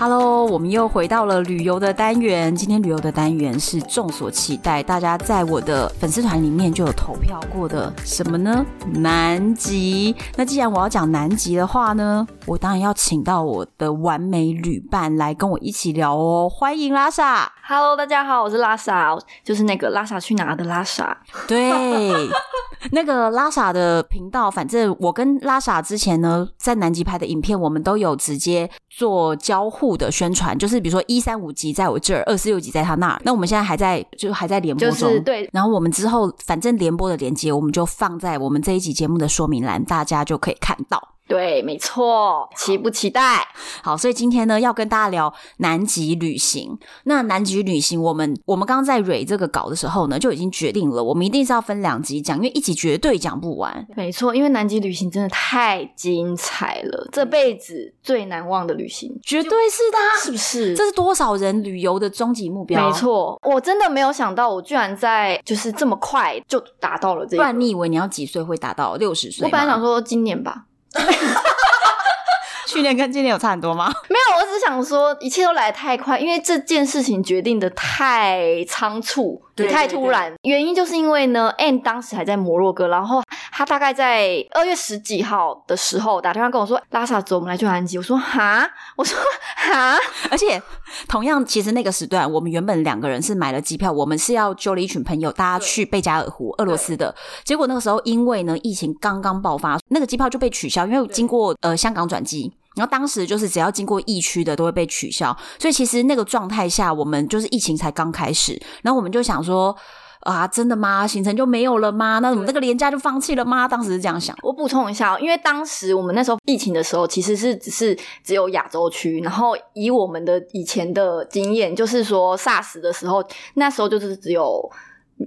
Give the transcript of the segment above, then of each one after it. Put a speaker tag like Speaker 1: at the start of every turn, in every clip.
Speaker 1: Hello，我们又回到了旅游的单元。今天旅游的单元是众所期待，大家在我的粉丝团里面就有投票过的什么呢？南极。那既然我要讲南极的话呢，我当然要请到我的完美旅伴来跟我一起聊哦。欢迎拉萨。
Speaker 2: Hello，大家好，我是拉萨，就是那个拉萨去哪的拉萨。
Speaker 1: 对，那个拉萨的频道，反正我跟拉萨之前呢，在南极拍的影片，我们都有直接做交互的宣传，就是比如说一三五集在我这儿，二四六集在他那儿。那我们现在还在，就还在联播
Speaker 2: 就
Speaker 1: 中。
Speaker 2: 是对，
Speaker 1: 然后我们之后，反正联播的链接，我们就放在我们这一集节目的说明栏，大家就可以看到。
Speaker 2: 对，没错，期不期待？
Speaker 1: 好，所以今天呢，要跟大家聊南极旅行。那南极旅行，我们我们刚刚在蕊这个稿的时候呢，就已经决定了，我们一定是要分两集讲，因为一集绝对讲不完。
Speaker 2: 没错，因为南极旅行真的太精彩了，这辈子最难忘的旅行，
Speaker 1: 绝对是的啊、
Speaker 2: 是不是？
Speaker 1: 这是多少人旅游的终极目标？啊
Speaker 2: 没，错，我真的没有想到，我居然在就是这么快就达到了这
Speaker 1: 不
Speaker 2: 个。
Speaker 1: 然你以为你要几岁会达到六十岁
Speaker 2: 我
Speaker 1: 吗？
Speaker 2: 本来想说今年吧，
Speaker 1: 去年跟今年有差很多吗？
Speaker 2: 没有，我只想说一切都来得太快，因为这件事情决定的太仓促，
Speaker 1: 对
Speaker 2: 也太突然。原因就是因为呢，Anne 当时还在摩洛哥，然后他大概在二月十几号的时候打电话跟我说：“拉萨走，我们来去南极。”我说：“哈？”我说：“哈
Speaker 1: 而且同样，其实那个时段，我们原本两个人是买了机票，我们是要揪了一群朋友，大家去贝加尔湖，俄罗斯的。结果那个时候，因为呢疫情刚刚爆发，那个机票就被取消，因为经过呃香港转机。然后当时就是只要经过疫区的都会被取消，所以其实那个状态下，我们就是疫情才刚开始，然后我们就想说。啊，真的吗？行程就没有了吗？那我们这个廉价就放弃了吗？当时是这样想。！”
Speaker 2: 我补充一下哦，因为当时我们那时候疫情的时候，其实是只是只有亚洲区，然后以我们的以前的经验，就是说 SARS 的时候，那时候就是只有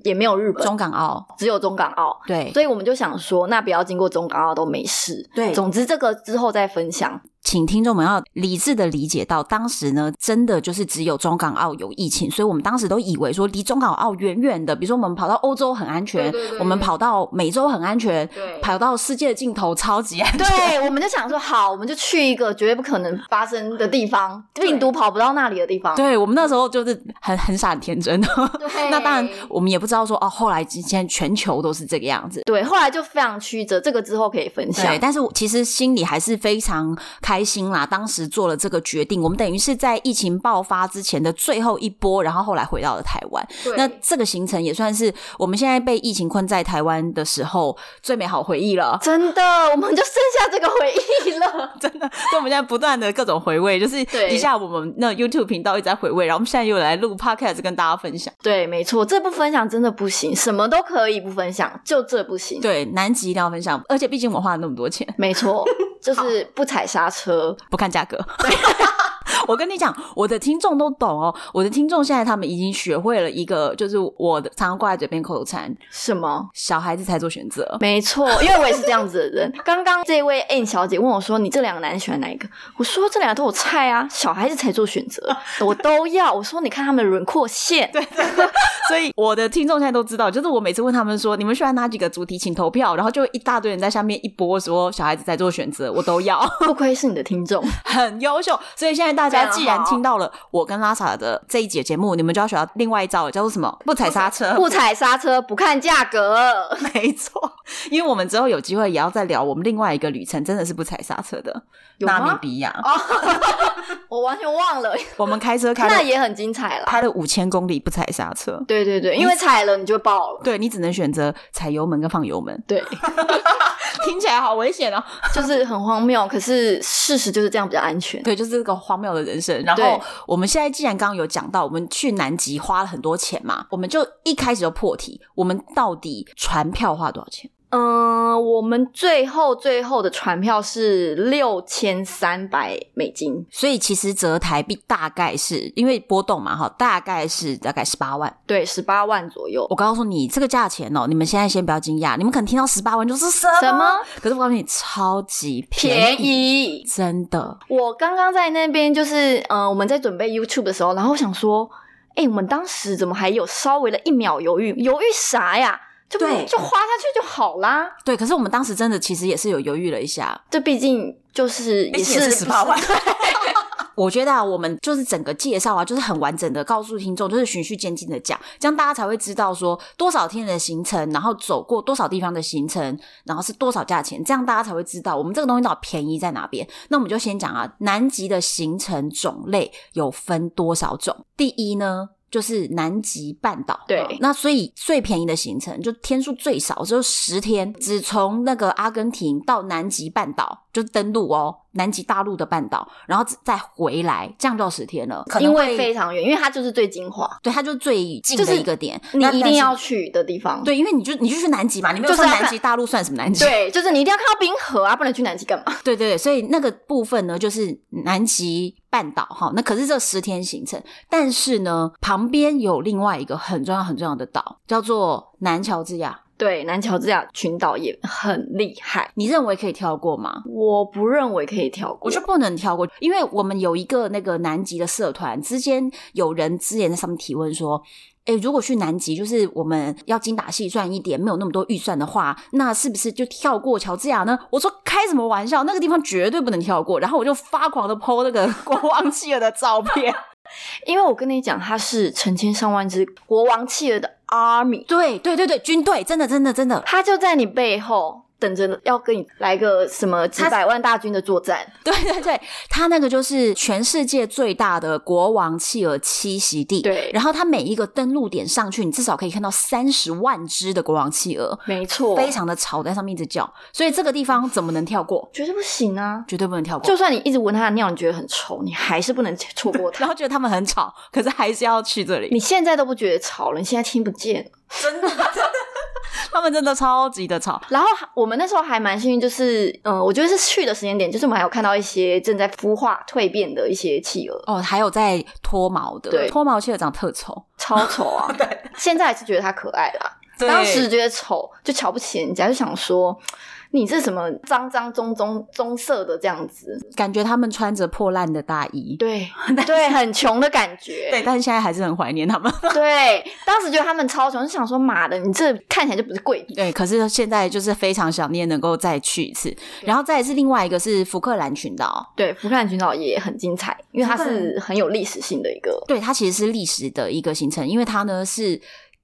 Speaker 2: 也没有日本，
Speaker 1: 中港澳，
Speaker 2: 只有中港澳。
Speaker 1: 对，
Speaker 2: 所以我们就想说，那不要经过中港澳都没事。
Speaker 1: 对
Speaker 2: 总之这个之后再分享。
Speaker 1: 请听众们要理智的理解到，当时呢，真的就是只有中港澳有疫情，所以我们当时都以为说离中港澳远远的，比如说我们跑到欧洲很安全，
Speaker 2: 对对对
Speaker 1: 我们跑到美洲很安全，
Speaker 2: 对
Speaker 1: 跑到世界的尽头超级安全。
Speaker 2: 对，我们就想说，好，我们就去一个绝对不可能发生的地方，病毒跑不到那里的地方。
Speaker 1: 对我们那时候就是很很傻很天真
Speaker 2: 对
Speaker 1: 那当然我们也不知道说哦，后来今天全球都是这个样子。
Speaker 2: 对，后来就非常曲折，这个之后可以分享
Speaker 1: 对，。但是我其实心里还是非常开心啦。当时做了这个决定，我们等于是在疫情爆发之前的最后一波，然后后来回到了台湾。
Speaker 2: 对。
Speaker 1: 那这个行程也算是我们现在被疫情困在台湾的时候最美好回忆了
Speaker 2: 真的，我们就剩下这个回忆了。
Speaker 1: 所以我们现在不断的各种回味，就是
Speaker 2: 对
Speaker 1: 一下我们那 YouTube 频道一直在回味，然后我们现在又来录 Podcast 跟大家分享。
Speaker 2: 对，没错，这不分享真的不行，什么都可以不分享，就这不行。，
Speaker 1: 对，南极一定要分享，而且毕竟我花了那么多钱，
Speaker 2: 没错，就是不踩刹车。
Speaker 1: 不看价格。 我跟你讲，我的听众都懂哦。我的听众现在他们已经学会了一个，就是我的常常挂在嘴边口头禅：
Speaker 2: 什么？
Speaker 1: 小孩子才做选择。
Speaker 2: 没错，因为我也是这样子的人。 刚刚这位 N 小姐问我说：“你这两个男人喜欢哪一个？”我说：“这两个都有菜啊，小孩子才做选 择，我都要。”我说：“你看他们的轮廓线。” 对，
Speaker 1: 所以我的听众现在都知道，就是我每次问他们说你们喜欢哪几个主题，请投票，然后就一大堆人在下面一波说小孩子在做选择，我都要，
Speaker 2: 不愧是你的听 众。
Speaker 1: 很优秀。所以现在大家既然听到了我跟拉萨的这一节节目，你们就要学到另外一招了，叫做什么？不踩刹车。
Speaker 2: 不踩刹车，不看价格。
Speaker 1: 没错，因为我们之后有机会也要再聊我们另外一个旅程，真的是不踩刹车的
Speaker 2: 有
Speaker 1: 纳
Speaker 2: 吗
Speaker 1: 米比亚。
Speaker 2: 我完全忘了，
Speaker 1: 我们开车开
Speaker 2: 那
Speaker 1: 了
Speaker 2: 也很精彩啦。
Speaker 1: 开了五千公里不踩刹车，
Speaker 2: 对对对，因为踩了你就爆了。
Speaker 1: 对你只能选择踩油门跟放油门，
Speaker 2: 对，
Speaker 1: 听起来好危险哦。
Speaker 2: 就是很荒谬，可是事实就是这样比较安全。
Speaker 1: 对，就是这个荒谬的人生。然后
Speaker 2: 对
Speaker 1: 我们现在既然刚刚有讲到，我们去南极花了很多钱嘛，我们就一开始就破题，我们到底船票花多少钱？
Speaker 2: 嗯、我们最后最后的船票是六千三百美金，
Speaker 1: 所以其实折台币大概是因为波动嘛，哈，大概是大概十八万。
Speaker 2: 对，十八万左右。
Speaker 1: 我告诉你，这个价钱哦，你们现在先不要惊讶，你们可能听到十八万就是什
Speaker 2: 什么
Speaker 1: 可是我告诉你，超级便宜，
Speaker 2: 便宜？
Speaker 1: 真的。
Speaker 2: 我刚刚在那边就是，嗯、我们在准备 YouTube 的时候，然后我想说，哎、我们当时怎么还有稍微的一秒犹豫？犹豫啥呀？就不
Speaker 1: 对
Speaker 2: 就花下去就好啦。
Speaker 1: 对，可是我们当时真的其实也是有犹豫了一下。
Speaker 2: 这毕竟就是
Speaker 1: 哎
Speaker 2: 哎也
Speaker 3: 毕竟也
Speaker 2: 是
Speaker 3: 是18万
Speaker 1: 我觉得啊，我们就是整个介绍啊，就是很完整的告诉听众，就是循序渐进的讲，这样大家才会知道说多少天的行程，然后走过多少地方的行程，然后是多少价钱，这样大家才会知道我们这个东西到底便宜在哪边。那我们就先讲啊，南极的行程种类有分多少种？第一呢，就是南极半岛，
Speaker 2: 对
Speaker 1: 嗯那所以最便宜的行程就天数最少，只有十天，只从那个阿根廷到南极半岛，就是登陆哦，南极大陆的半岛，然后再回来，这样就要十天了。
Speaker 3: 可能
Speaker 2: 因
Speaker 3: 会
Speaker 2: 为非常远，因为它就是最精华，
Speaker 1: 对，它就是最近的一个点，
Speaker 2: 你
Speaker 1: 那
Speaker 2: 一
Speaker 1: 但是
Speaker 2: 定要去的地方。
Speaker 1: 对，因为你就你就去南极嘛，你没有
Speaker 2: 就是
Speaker 1: 上
Speaker 2: 要看
Speaker 1: 南极大陆算什么南极？
Speaker 2: 对，就是你一定要看到冰河啊，不然去南极干嘛？
Speaker 1: 对对对，所以那个部分呢，就是南极半岛哈。那可是这十天行程，但是呢，旁边有另外一个很重要很重要的岛，叫做南乔治亚。
Speaker 2: 对，南乔治亚群岛也很厉害，
Speaker 1: 你认为可以跳过吗？
Speaker 2: 我不认为可以跳过。
Speaker 1: 我就不能跳过，因为我们有一个那个南极的社团，之间有人之前在上面提问说。诶，如果去南极，就是我们要精打细算一点，没有那么多预算的话，那是不是就跳过乔治亚呢？我说开什么玩笑，那个地方绝对不能跳过。然后我就发狂的 PO 那个 国王企鹅的照片，
Speaker 2: 因为我跟你讲，它是成千上万只国王企鹅的 army，
Speaker 1: 对对对对，军队真的真的真的，
Speaker 2: 它就在你背后等着要跟你来个什么几百万大军的作战。
Speaker 1: 对对对，它那个就是全世界最大的国王企鹅栖息地。
Speaker 2: 对
Speaker 1: 然后它每一个登陆点上去，你至少可以看到三十万只的国王企鹅，
Speaker 2: 没错，
Speaker 1: 非常的吵，在上面一直叫。所以这个地方怎么能跳过？
Speaker 2: 绝对不行啊！
Speaker 1: 绝对不能跳过。
Speaker 2: 就算你一直闻它的尿，你觉得很臭，你还是不能错过它。
Speaker 1: 然后觉得他们很吵，可是还是要去这里。
Speaker 2: 你现在都不觉得吵了，你现在听不见了。
Speaker 3: 真的真的
Speaker 1: 他们真的超级的吵，
Speaker 2: 然后我们那时候还蛮幸运，就是嗯、呃我觉得是去的时间点，就是我们还有看到一些正在孵化蜕变的一些企鹅，
Speaker 1: 哦，还有在脱毛的，
Speaker 2: 对
Speaker 1: 脱毛企鹅长得特丑。
Speaker 2: 超丑啊！现在还是觉得它可爱啦。
Speaker 3: 对
Speaker 2: 当时觉得丑，就瞧不起人家，就想说你是什么脏脏棕棕棕色的这样子，
Speaker 1: 感觉他们穿着破烂的大衣，
Speaker 2: 对 对，很穷的感觉。
Speaker 1: 但是现在还是很怀念他们。
Speaker 2: 对，当时觉得他们超穷，就想说妈的，你这看起来就不是贵族。
Speaker 1: 对，可是现在就是非常想念能够再去一次，然后再来是另外一个是福克兰群岛，
Speaker 2: 对，福克兰群岛也很精彩，因为它是很有历史性的一个。
Speaker 1: 对，它其实是历史的一个行程，因为它呢是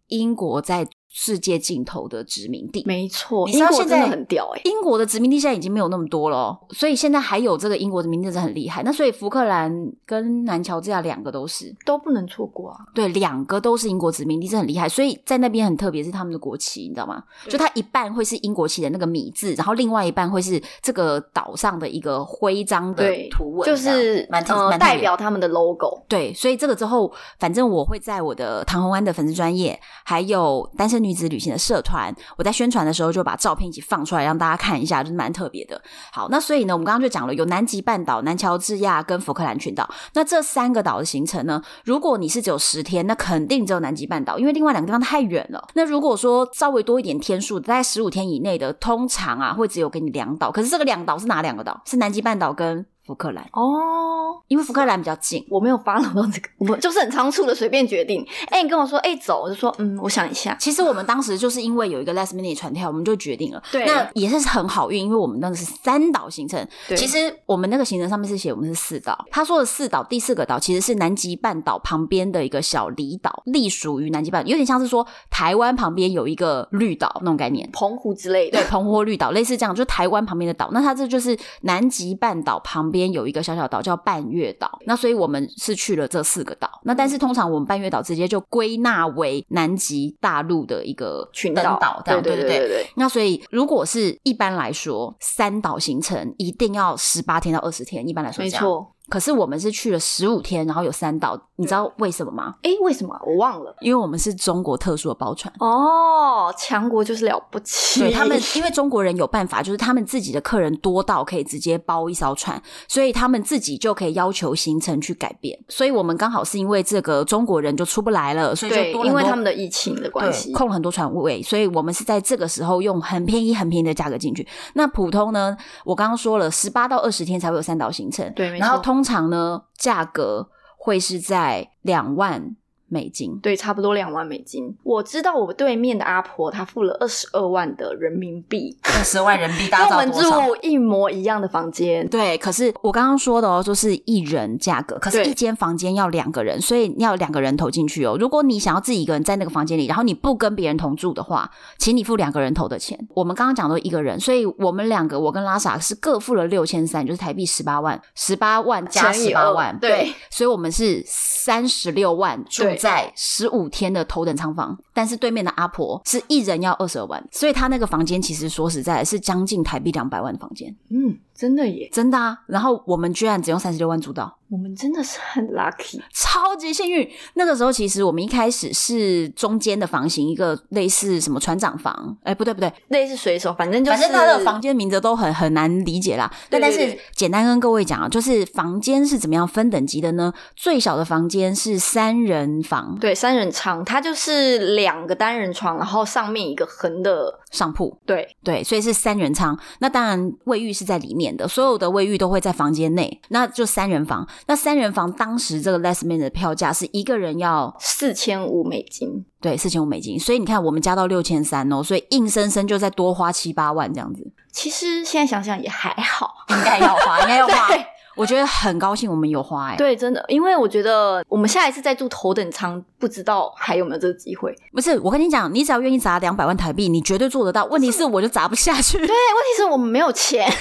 Speaker 1: 英国在世界尽头的殖民地。
Speaker 2: 没错，
Speaker 1: 你知
Speaker 2: 英
Speaker 1: 道
Speaker 2: 国
Speaker 1: 现
Speaker 2: 真的
Speaker 1: 在
Speaker 2: 很屌哎、
Speaker 1: 英国的殖民地现在已经没有那么多了哦，所以现在还有这个英国殖民地真的很厉害。那所以福克兰跟南乔治亚两个都是，
Speaker 2: 都不能错过啊！
Speaker 1: 对，两个都是英国殖民地，这很厉害。所以在那边很特别，是他们的国旗，你知道吗？就它一半会是英国旗的那个米字，然后另外一半会是这个岛上的一个徽章的
Speaker 2: 对
Speaker 1: 图文，
Speaker 2: 就
Speaker 1: 这样
Speaker 2: 是
Speaker 1: 蛮特
Speaker 2: 呃
Speaker 1: 蛮特别
Speaker 2: 代表他们的 logo，
Speaker 1: 对，所以这个之后，反正我会在我的唐红安的粉丝专业，还有单身女子旅行的社团，我在宣传的时候就把照片一起放出来，让大家看一下，就是蛮特别的。好，那所以呢，我们刚刚就讲了，有南极半岛、南乔治亚跟福克兰群岛。那这三个岛的行程呢，如果你是只有十天，那肯定只有南极半岛，因为另外两个地方太远了。那如果说稍微多一点天数，大概十五天以内的，通常啊会只有给你两岛。可是这个两岛是哪两个岛？是南极半岛跟福克兰，
Speaker 2: 哦，
Speaker 1: 因为福克兰比较近。
Speaker 2: 我没有 follow 到这个，我就是很仓促的随便决定。哎、你跟我说，哎、走，我就说，嗯，我想一下。
Speaker 1: 其实我们当时就是因为有一个 last minute 传票，我们就决定了。
Speaker 2: 对
Speaker 1: 那也是很好运，因为我们那个是三岛行程。
Speaker 2: 对
Speaker 1: 其实我们那个行程上面是写我们是四岛，他说的四岛第四个岛其实是南极半岛旁边的一个小离岛，隶属于南极半岛，有点像是说台湾旁边有一个绿岛那种概念。
Speaker 2: 澎湖之类的
Speaker 1: 对，，澎湖绿岛类似这样，就是台湾旁边的岛。那它这就是南极半岛旁边有一个小小岛叫半月岛。那所以我们是去了这四个岛。那但是通常我们半月岛直接就归纳为南极大陆的一个
Speaker 2: 群
Speaker 1: 登岛
Speaker 2: 岛，，
Speaker 1: 这样
Speaker 2: 对
Speaker 1: 对
Speaker 2: 对对，
Speaker 1: 那所以，如果是一般来说，三岛行程一定要十八天到二十天，一般来说
Speaker 2: 没
Speaker 1: 是这样。
Speaker 2: 错，
Speaker 1: 可是我们是去了十五天，然后有三岛，你知道为什么吗？
Speaker 2: 哎，为什么啊我忘了？
Speaker 1: 因为我们是中国特殊的包船。
Speaker 2: 哦，强国就是了不起，
Speaker 1: 对他 们，因为中国人有办法， 就是他们自己的客人多到可以直接包一艘船，所以他们自己就可以要求行程去改变。所以我们刚好是因为这个中国人就出不来了，所以就
Speaker 2: 对，
Speaker 1: 多了
Speaker 2: 因为
Speaker 1: 很多
Speaker 2: 他们的疫情的关系
Speaker 1: 对，空了很多船位，所以我们是在这个时候用很便宜、很便宜的价格进去。那普通呢，我刚刚说了，十八到二十天才会有三岛行程，
Speaker 2: 对没错
Speaker 1: 然后通常呢，价格会是在两万美金。
Speaker 2: 对，差不多两万美金。我知道我对面的阿婆，她付了二十二万的人民币，
Speaker 1: 二十万人民币，
Speaker 2: 跟我们住一模一样的房间。
Speaker 1: 对，可是我刚刚说的哦，就是一人价格，可是
Speaker 2: 对
Speaker 1: 一间房间要两个人，所以要两个人头进去哦。如果你想要自己一个人在那个房间里，然后你不跟别人同住的话，请你付两个人头的钱。我们刚刚讲都一个人，所以我们两个，我跟拉萨是各付了六千三，就是台币十八万，十八万加
Speaker 2: 乘以
Speaker 1: 十
Speaker 2: 二
Speaker 1: 八万，
Speaker 2: 对
Speaker 1: 所以我们是三十六万住
Speaker 2: 对
Speaker 1: 在十五天的头等舱房，但是对面的阿婆是一人要二十二万，所以她那个房间其实说实在的是将近台币两百万的房间。
Speaker 2: 嗯，真的耶，
Speaker 1: 真的啊！然后我们居然只用三十六万租到，
Speaker 2: 我们真的是很 lucky。
Speaker 1: 超级幸运。那个时候其实我们一开始是中间的房型，一个类似什么船长房，哎，不对不对，
Speaker 2: 类似水手，反正就是
Speaker 1: 反正他的房间名字都很很难理解啦。
Speaker 2: 对
Speaker 1: 那但
Speaker 2: 对
Speaker 1: 是简单跟各位讲啊，就是房间是怎么样分等级的呢？最小的房间是三人房
Speaker 2: 对三人床，它就是两个单人床，然后上面一个横的，
Speaker 1: 上铺，
Speaker 2: 对
Speaker 1: 对，所以是三人舱。那当然，卫浴是在里面的，所有的卫浴都会在房间内，那就三人房。那三人房当时这个 last man 的票价是一个人要
Speaker 2: 四千五美金。
Speaker 1: 对，四千五美金，所以你看我们加到六千三哦，所以硬生生就再多花七八万这样子，
Speaker 2: 其实现在想想也还好，
Speaker 1: 应该要 花，应该要花
Speaker 2: 对。
Speaker 1: 我觉得很高兴我们有花哎、
Speaker 2: 对，真的，因为我觉得我们下一次再住头等舱，不知道还有没有这个机会。
Speaker 1: 不是我跟你讲，你只要愿意砸两百万台币，你绝对做得到。问题是我就砸不下去，
Speaker 2: 对，问题是我们没有钱。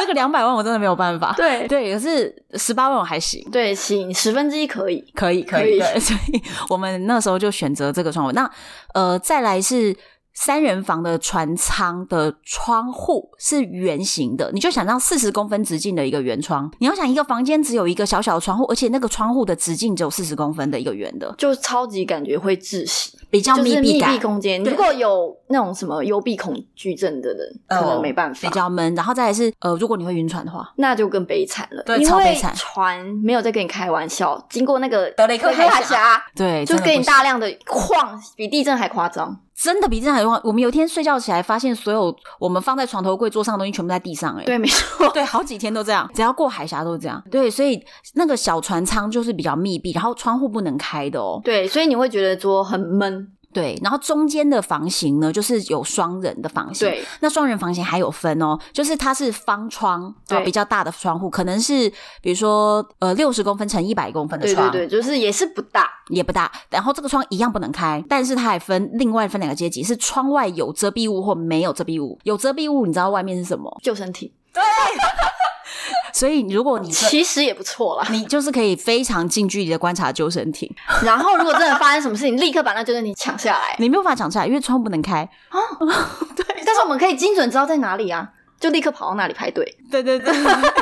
Speaker 1: 这个两百万我真的没有办法。
Speaker 2: 对
Speaker 1: 对，可是十八万我还行。
Speaker 2: 对，行，十分之一可以。
Speaker 1: 可以，
Speaker 2: 可以
Speaker 1: 对， 所以我们那时候就选择这个窗户。那呃，再来是三人房的船舱的窗户是圆形的，你就想象四十公分直径的一个圆窗。你要想一个房间只有一个小小的窗户，而且那个窗户的直径只有四十公分的一个圆的，
Speaker 2: 就超级感觉会窒息，
Speaker 1: 比较
Speaker 2: 就
Speaker 1: 闭
Speaker 2: 是密
Speaker 1: 感，
Speaker 2: 闭空间。
Speaker 1: 对
Speaker 2: 如果有那种什么幽闭恐惧症的人，
Speaker 1: 哦
Speaker 2: 可能没办法
Speaker 1: 比，较闷。然后再来是呃，如果你会晕船的话，
Speaker 2: 那就更悲惨了。
Speaker 1: 对
Speaker 2: 因
Speaker 1: 超悲
Speaker 2: 为
Speaker 1: 惨
Speaker 2: 船没有在跟你开玩笑，经过那个
Speaker 1: 德雷克海峡
Speaker 2: 峡，
Speaker 1: 对，
Speaker 2: 就
Speaker 1: 真的
Speaker 2: 给
Speaker 1: 不
Speaker 2: 你
Speaker 1: 行
Speaker 2: 大量的矿，比地震还夸张。
Speaker 1: 真的比真的还慌。我们有一天睡觉起来，发现所有我们放在床头柜桌上的东西全部在地上、欸，哎，
Speaker 2: 对，没 错，
Speaker 1: 对，好几天都这样，只要过海峡都是这样。对，所以那个小船舱就是比较密闭，然后窗户不能开的哦。
Speaker 2: 对，所以你会觉得说很闷。
Speaker 1: 对，然后中间的房型呢，就是有双人的房型。
Speaker 2: 对，
Speaker 1: 那双人房型还有分哦，就是它是方窗，
Speaker 2: 对
Speaker 1: 哦比较大的窗户，可能是比如说呃六十公分乘一百公分的
Speaker 2: 对对
Speaker 1: 窗，
Speaker 2: 对，就是也是不大，
Speaker 1: 也不大。然后这个窗一样不能开，但是它还分另外分两个阶级，是窗外有遮蔽物或没有遮蔽物。有遮蔽物，你知道外面是什么？
Speaker 2: 救生艇
Speaker 1: 所以如果你是
Speaker 2: 其实也不错啦。
Speaker 1: 你就是可以非常近距离的观察救生艇。
Speaker 2: 然后如果真的发生什么事情，立刻把那救生艇抢下来。
Speaker 1: 你没有办法讲出来，因为窗户不能开。
Speaker 2: 但是我们可以精准知道在哪里啊，就立刻跑到那里排队。
Speaker 1: 对对对，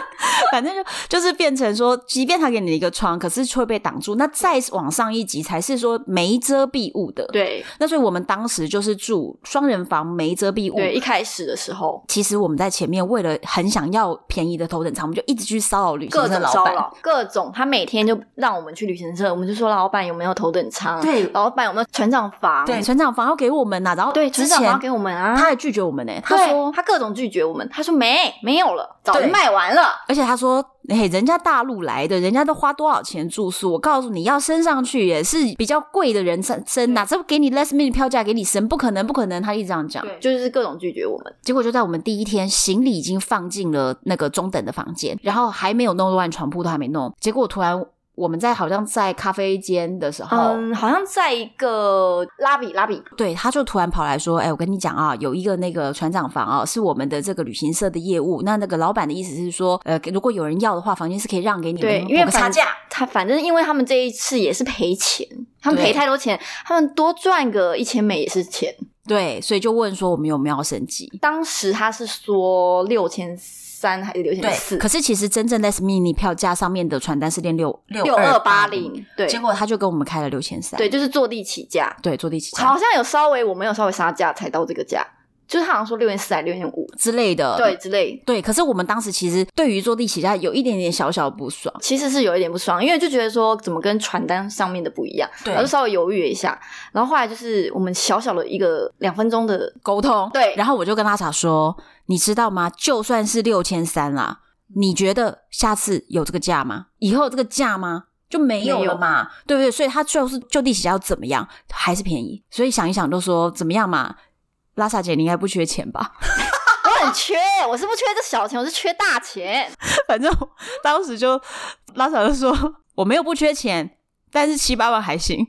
Speaker 1: 反正就就是变成说，即便他给你一个窗，可是却会被挡住。那再往上一级才是说没遮蔽物的。，
Speaker 2: 对
Speaker 1: 那所以我们当时就是住双人房没遮蔽物。
Speaker 2: 对，一开始的时候，
Speaker 1: 其实我们在前面为了很想要便宜的头等舱，我们就一直去骚扰旅行
Speaker 2: 各
Speaker 1: 社的
Speaker 2: 种
Speaker 1: 老
Speaker 2: 骚
Speaker 1: 板。
Speaker 2: 扰，各种，他每天就让我们去旅行社，我们就说老板有没有头等舱，
Speaker 1: 对
Speaker 2: 老板有没有船长房，
Speaker 1: 对，船长房要给我们呐、然后
Speaker 2: 嗯对，
Speaker 1: 之
Speaker 2: 船长
Speaker 1: 前
Speaker 2: 房要给我们啊，
Speaker 1: 他还拒绝我们呢、他
Speaker 2: 对
Speaker 1: 说
Speaker 2: 他各种拒绝我们，他说没没有了，早就
Speaker 1: 对
Speaker 2: 卖完了，
Speaker 1: 而且他说：“嘿，人家大陆来的，人家都花多少钱住宿？我告诉你要升上去也是比较贵的人升升，哪这给你 less minute 票价给你升？不可能，不可能！”他一直这样讲。
Speaker 2: 对，就是各种拒绝我们，
Speaker 1: 结果就在我们第一天，行李已经放进了那个中等的房间，然后还没有弄乱，床铺都还没弄。结果突然我们在好像在咖啡间的时候，
Speaker 2: 嗯，好像在一个拉比拉比，
Speaker 1: 对，他就突然跑来说：“哎、我跟你讲啊，有一个那个船长房啊，是我们的这个旅行社的业务。那那个老板的意思是说，呃，如果有人要的话，房间是可以让给你们
Speaker 2: 对，
Speaker 1: 补
Speaker 2: 因为
Speaker 1: 个差
Speaker 2: 反
Speaker 1: 价。”
Speaker 2: 他反正因为他们这一次也是赔钱，他们
Speaker 1: 对
Speaker 2: 赔太多钱，他们多赚个一千美也是钱，
Speaker 1: 对，所以就问说我们有没有要升级？
Speaker 2: 当时他是说六千三还是六千四？
Speaker 1: 可是其实真正在 mini 票价上面的传单是练六
Speaker 2: 六二八，零，对
Speaker 1: 结果他就跟我们开了六千三，
Speaker 2: 对，就是坐地起价，
Speaker 1: 对，坐地起
Speaker 2: 好
Speaker 1: 价
Speaker 2: 像有稍微我们有稍微杀价才到这个价，就是他好像说六千四还六千五，
Speaker 1: 之类的，
Speaker 2: 对之类，
Speaker 1: 对。可是我们当时其实对于坐地起价有一点点小小不爽，
Speaker 2: 其实是有一点不爽，因为就觉得说怎么跟传单上面的不一样，
Speaker 1: 对
Speaker 2: 然后就稍微犹豫了一下，然后后来就是我们小小的一个两分钟的，
Speaker 1: 沟通。
Speaker 2: 对
Speaker 1: 然后我就跟拉萨说，你知道吗？就算是六千三啦，你觉得下次有这个价吗？以后有这个价吗？就没有了嘛，对不对？所以他就是就地起价要怎么样，还是便宜。所以想一想，都说怎么样嘛？拉萨姐，你应该不缺钱吧？
Speaker 2: 我很缺，我是不缺这小钱，我是缺大钱，
Speaker 1: 反正当时就拉萨就说我没有不缺钱，但是七八万还行。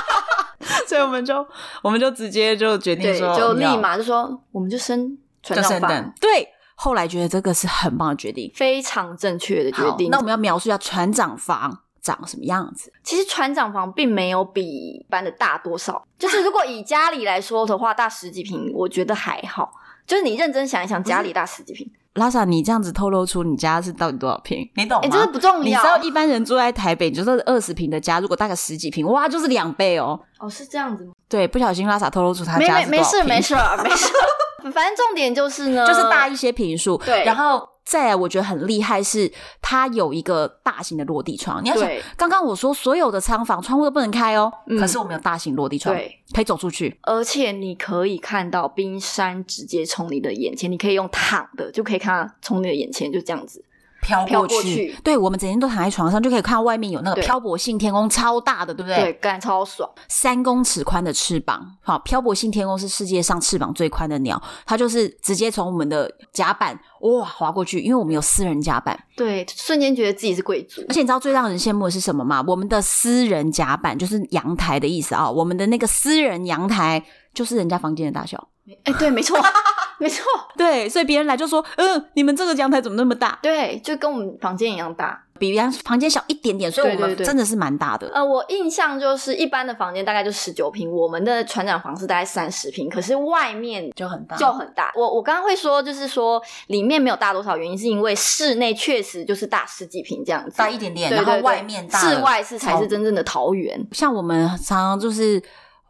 Speaker 1: 所以我们就我们就直接就决定
Speaker 2: 对，
Speaker 1: 说，
Speaker 2: 就立
Speaker 1: 你知道
Speaker 2: 马就说我们就升传
Speaker 1: 就
Speaker 2: 账
Speaker 1: 圣
Speaker 2: 法
Speaker 1: 诞，，对。后来觉得这个是很棒的决定，
Speaker 2: 非常正确的决
Speaker 1: 好，
Speaker 2: 定。
Speaker 1: 那我们要描述一下船长房长什么样子。
Speaker 2: 其实船长房并没有比一般的大多少，就是如果以家里来说的话，大十几平，我觉得还好。就是你认真想一想，家里大十几平，
Speaker 1: 拉萨，你这样子透露出你家是到底多少平？你懂
Speaker 2: 哎、这个不重
Speaker 1: 哦你
Speaker 2: 要
Speaker 1: 知。道一般人住在台北，你就算二十平的家，如果大概十几平，哇，就是两倍哦。
Speaker 2: 哦，是这样子吗？
Speaker 1: 对，不小心拉萨透露出他
Speaker 2: 没
Speaker 1: 家
Speaker 2: 没
Speaker 1: 是
Speaker 2: 没
Speaker 1: 多少
Speaker 2: 事
Speaker 1: 平
Speaker 2: 没，事 儿没事 儿，反正重点就是呢，
Speaker 1: 就是大一些平数。
Speaker 2: 对
Speaker 1: 然后再来，我觉得很厉害是它有一个大型的落地窗。你要想
Speaker 2: 对，
Speaker 1: 刚刚我说所有的仓房窗户都不能开哦，
Speaker 2: 嗯
Speaker 1: 可是我们有大型落地窗，
Speaker 2: 对，
Speaker 1: 可以走出去。
Speaker 2: 而且你可以看到冰山直接从你的眼前，你可以用躺的就可以看到从你的眼前就这样子。
Speaker 1: 飘
Speaker 2: 飘
Speaker 1: 过
Speaker 2: 过去
Speaker 1: 对，我们整天都躺在床上，就可以看到外面有那个
Speaker 2: 对
Speaker 1: 漂泊性天空，超大的，对不对？
Speaker 2: 对，干超爽，
Speaker 1: 三公尺宽的翅膀，好，漂泊性天空是世界上翅膀最宽的鸟，它就是直接从我们的甲板哇滑过去，因为我们有私人甲板。
Speaker 2: 对，瞬间觉得自己是贵族
Speaker 1: 而。且你知道最让人羡慕的是什么吗？我们的私人甲板就是阳台的意思啊、我们的那个私人阳台就是人家房间的大小。
Speaker 2: 哎、对，没错， 没错，
Speaker 1: 对，所以别人来就说，嗯、你们这个阳台怎么那么大？
Speaker 2: 对，就跟我们房间一样大。
Speaker 1: 比人家房间小一点点，所以我
Speaker 2: 对
Speaker 1: 们
Speaker 2: 对对
Speaker 1: 真的是蛮大的。
Speaker 2: 呃，我印象就是一般的房间大概就十九平，我们的船长房是大概三十平，可是外面
Speaker 1: 就很大
Speaker 2: 就很大。我我刚刚会说，就是说里面没有大多少，原因是因为室内确实就是大十几平这样子，
Speaker 1: 大一点点，
Speaker 2: 对
Speaker 1: 然后
Speaker 2: 对对
Speaker 1: 外面大了
Speaker 2: 室外是才是真正的桃园。
Speaker 1: 像我们常常就是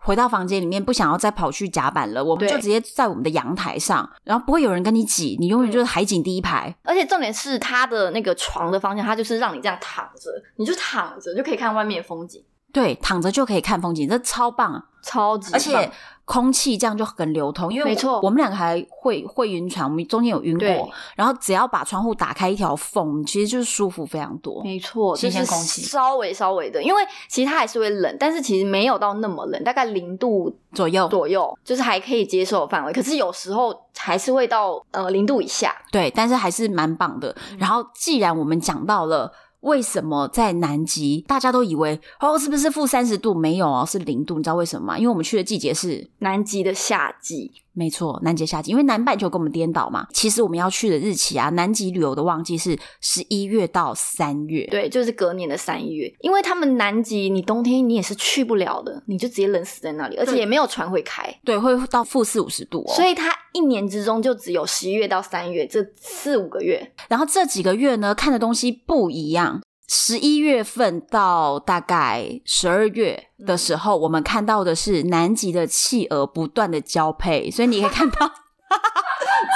Speaker 1: 回到房间里面，不想要再跑去甲板了，我们
Speaker 2: 对
Speaker 1: 就直接在我们的阳台上，然后不会有人跟你挤，你永远就是海景第一排。
Speaker 2: 而且重点是它的那个床的方向，它就是让你这样躺着，你就躺着就可以看外面的风景，
Speaker 1: 对，躺着就可以看风景，这超棒啊！
Speaker 2: 超级
Speaker 1: 而
Speaker 2: 棒。
Speaker 1: 且空气这样就很流通，因为
Speaker 2: 没错
Speaker 1: 我们两个还会会晕船，我们中间有晕
Speaker 2: 对
Speaker 1: 过，然后只要把窗户打开一条缝，其实就是舒服非常多。
Speaker 2: 没错，
Speaker 1: 新鲜
Speaker 2: 就是
Speaker 1: 空气
Speaker 2: 稍微稍微的，因为其实它还是会冷，但是其实没有到那么冷，大概零度
Speaker 1: 左右，
Speaker 2: 左右，就是还可以接受的范围。可是有时候还是会到呃零度以下。
Speaker 1: 对，但是还是蛮棒的。然后，既然我们讲到了为什么在南极，大家都以为哦，是不是负三十度？没有哦，是零度。你知道为什么吗？因为我们去的季节是。
Speaker 2: 南极的夏季，
Speaker 1: 没错，南极夏季，因为南半球跟我们颠倒嘛。其实我们要去的日期啊，南极旅游的旺季是十一月到三月。，
Speaker 2: 对，就是隔年的三月，因为他们南极你冬天你也是去不了的，你就直接冷死在那里，而且
Speaker 1: 对
Speaker 2: 也没有船会开，
Speaker 1: 对，会到负四五十度哦。
Speaker 2: 所以它一年之中就只有十一月到三月这四五个月，
Speaker 1: 然后这几个月呢，看的东西不一样。十一月份到大概十二月的时候，我们看到的是南极的企鹅不断的交配，所以你可以看到，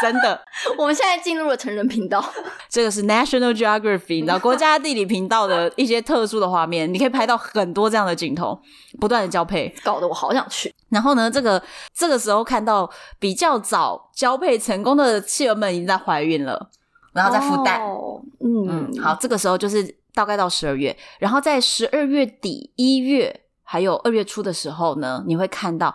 Speaker 1: 真的，
Speaker 2: 我们现在进入了成人频道，
Speaker 1: 这个是 National Geography，你知道国家地理频道的一些特殊的画面，你可以拍到很多这样的镜头，不断的交配。
Speaker 2: 搞得我好想去。
Speaker 1: 然后呢，这个这个时候看到比较早交配成功的企鹅们已经在怀孕了，然后在孵蛋。
Speaker 2: 哦、嗯
Speaker 1: 嗯，，好，这个时候就是大概到十二月，然后在十二月底、一月还有二月初的时候呢，你会看到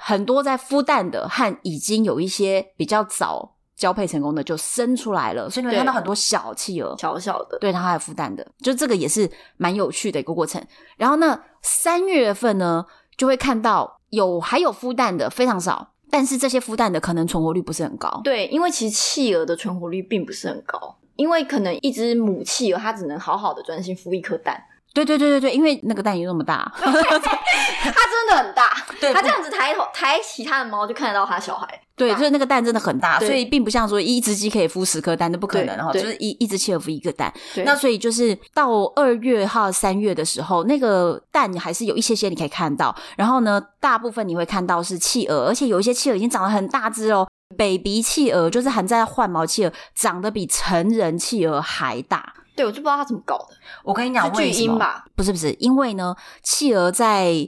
Speaker 1: 很多在孵蛋的和已经有一些比较早交配成功的就生出来了，所以你会
Speaker 2: 对
Speaker 1: 看到很多小企鹅。
Speaker 2: 小小的，
Speaker 1: 对，它还有孵蛋的，就这个也是蛮有趣的一个过程。然后呢，三月份呢就会看到有还有孵蛋的非常少，但是这些孵蛋的可能存活率不是很高。
Speaker 2: 对，因为其实企鹅的存活率并不是很高，因为可能一只母企鹅它只能好好的专心孵一颗蛋，
Speaker 1: 对对对对对，因为那个蛋有那么大，
Speaker 2: 它真的很大，
Speaker 1: 对
Speaker 2: 它这样子抬头抬起它的猫就看得到它小孩。
Speaker 1: 对，
Speaker 2: 大
Speaker 1: 就是那个蛋真的很大，
Speaker 2: 对
Speaker 1: 所以并不像说一只鸡可以孵十颗蛋，那不可能哈，
Speaker 2: 对
Speaker 1: 就是一一只企鹅孵一个蛋。
Speaker 2: 对
Speaker 1: 那所以就是到二月号三月的时候，那个蛋还是有一些些你可以看到，然后呢，大部分你会看到是企鹅，而且有一些企鹅已经长得很大只哦。baby 企鹅就是含在换毛企鹅，长得哦比成人企鹅还大。
Speaker 2: 对，我就不知道它怎么搞的，
Speaker 1: 我跟你
Speaker 2: 是巨婴？吧？
Speaker 1: 不是不是，因为呢，企鹅在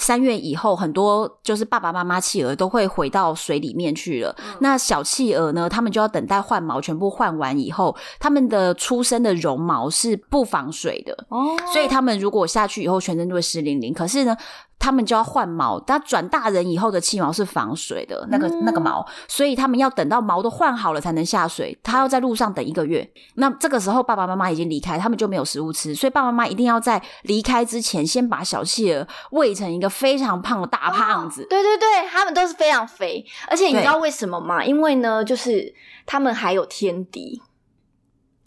Speaker 1: 三月以后，很多就是爸爸妈妈企鹅都会回到水里面去
Speaker 2: 嗯
Speaker 1: 了。那小企鹅呢，他们就要等待换毛全部换完以后，他们的出生的绒毛是不防水的，
Speaker 2: 哦，
Speaker 1: 所以他们如果下去以后，全身就会湿淋淋。可是呢，他们就要换毛，它转大人以后的气毛是防水的那个、
Speaker 2: 嗯
Speaker 1: 那个毛，所以他们要等到毛都换好了才能下水。他要在路上等一个月，那这个时候爸爸妈妈已经离开，他们就没有食物吃，所以爸爸妈妈一定要在离开之前，先把小企鹅喂成一个非常胖的大胖子。
Speaker 2: 对对对，他们都是非常肥，而且你
Speaker 1: 对
Speaker 2: 知道为什么吗？因为呢，就是他们还有天敌，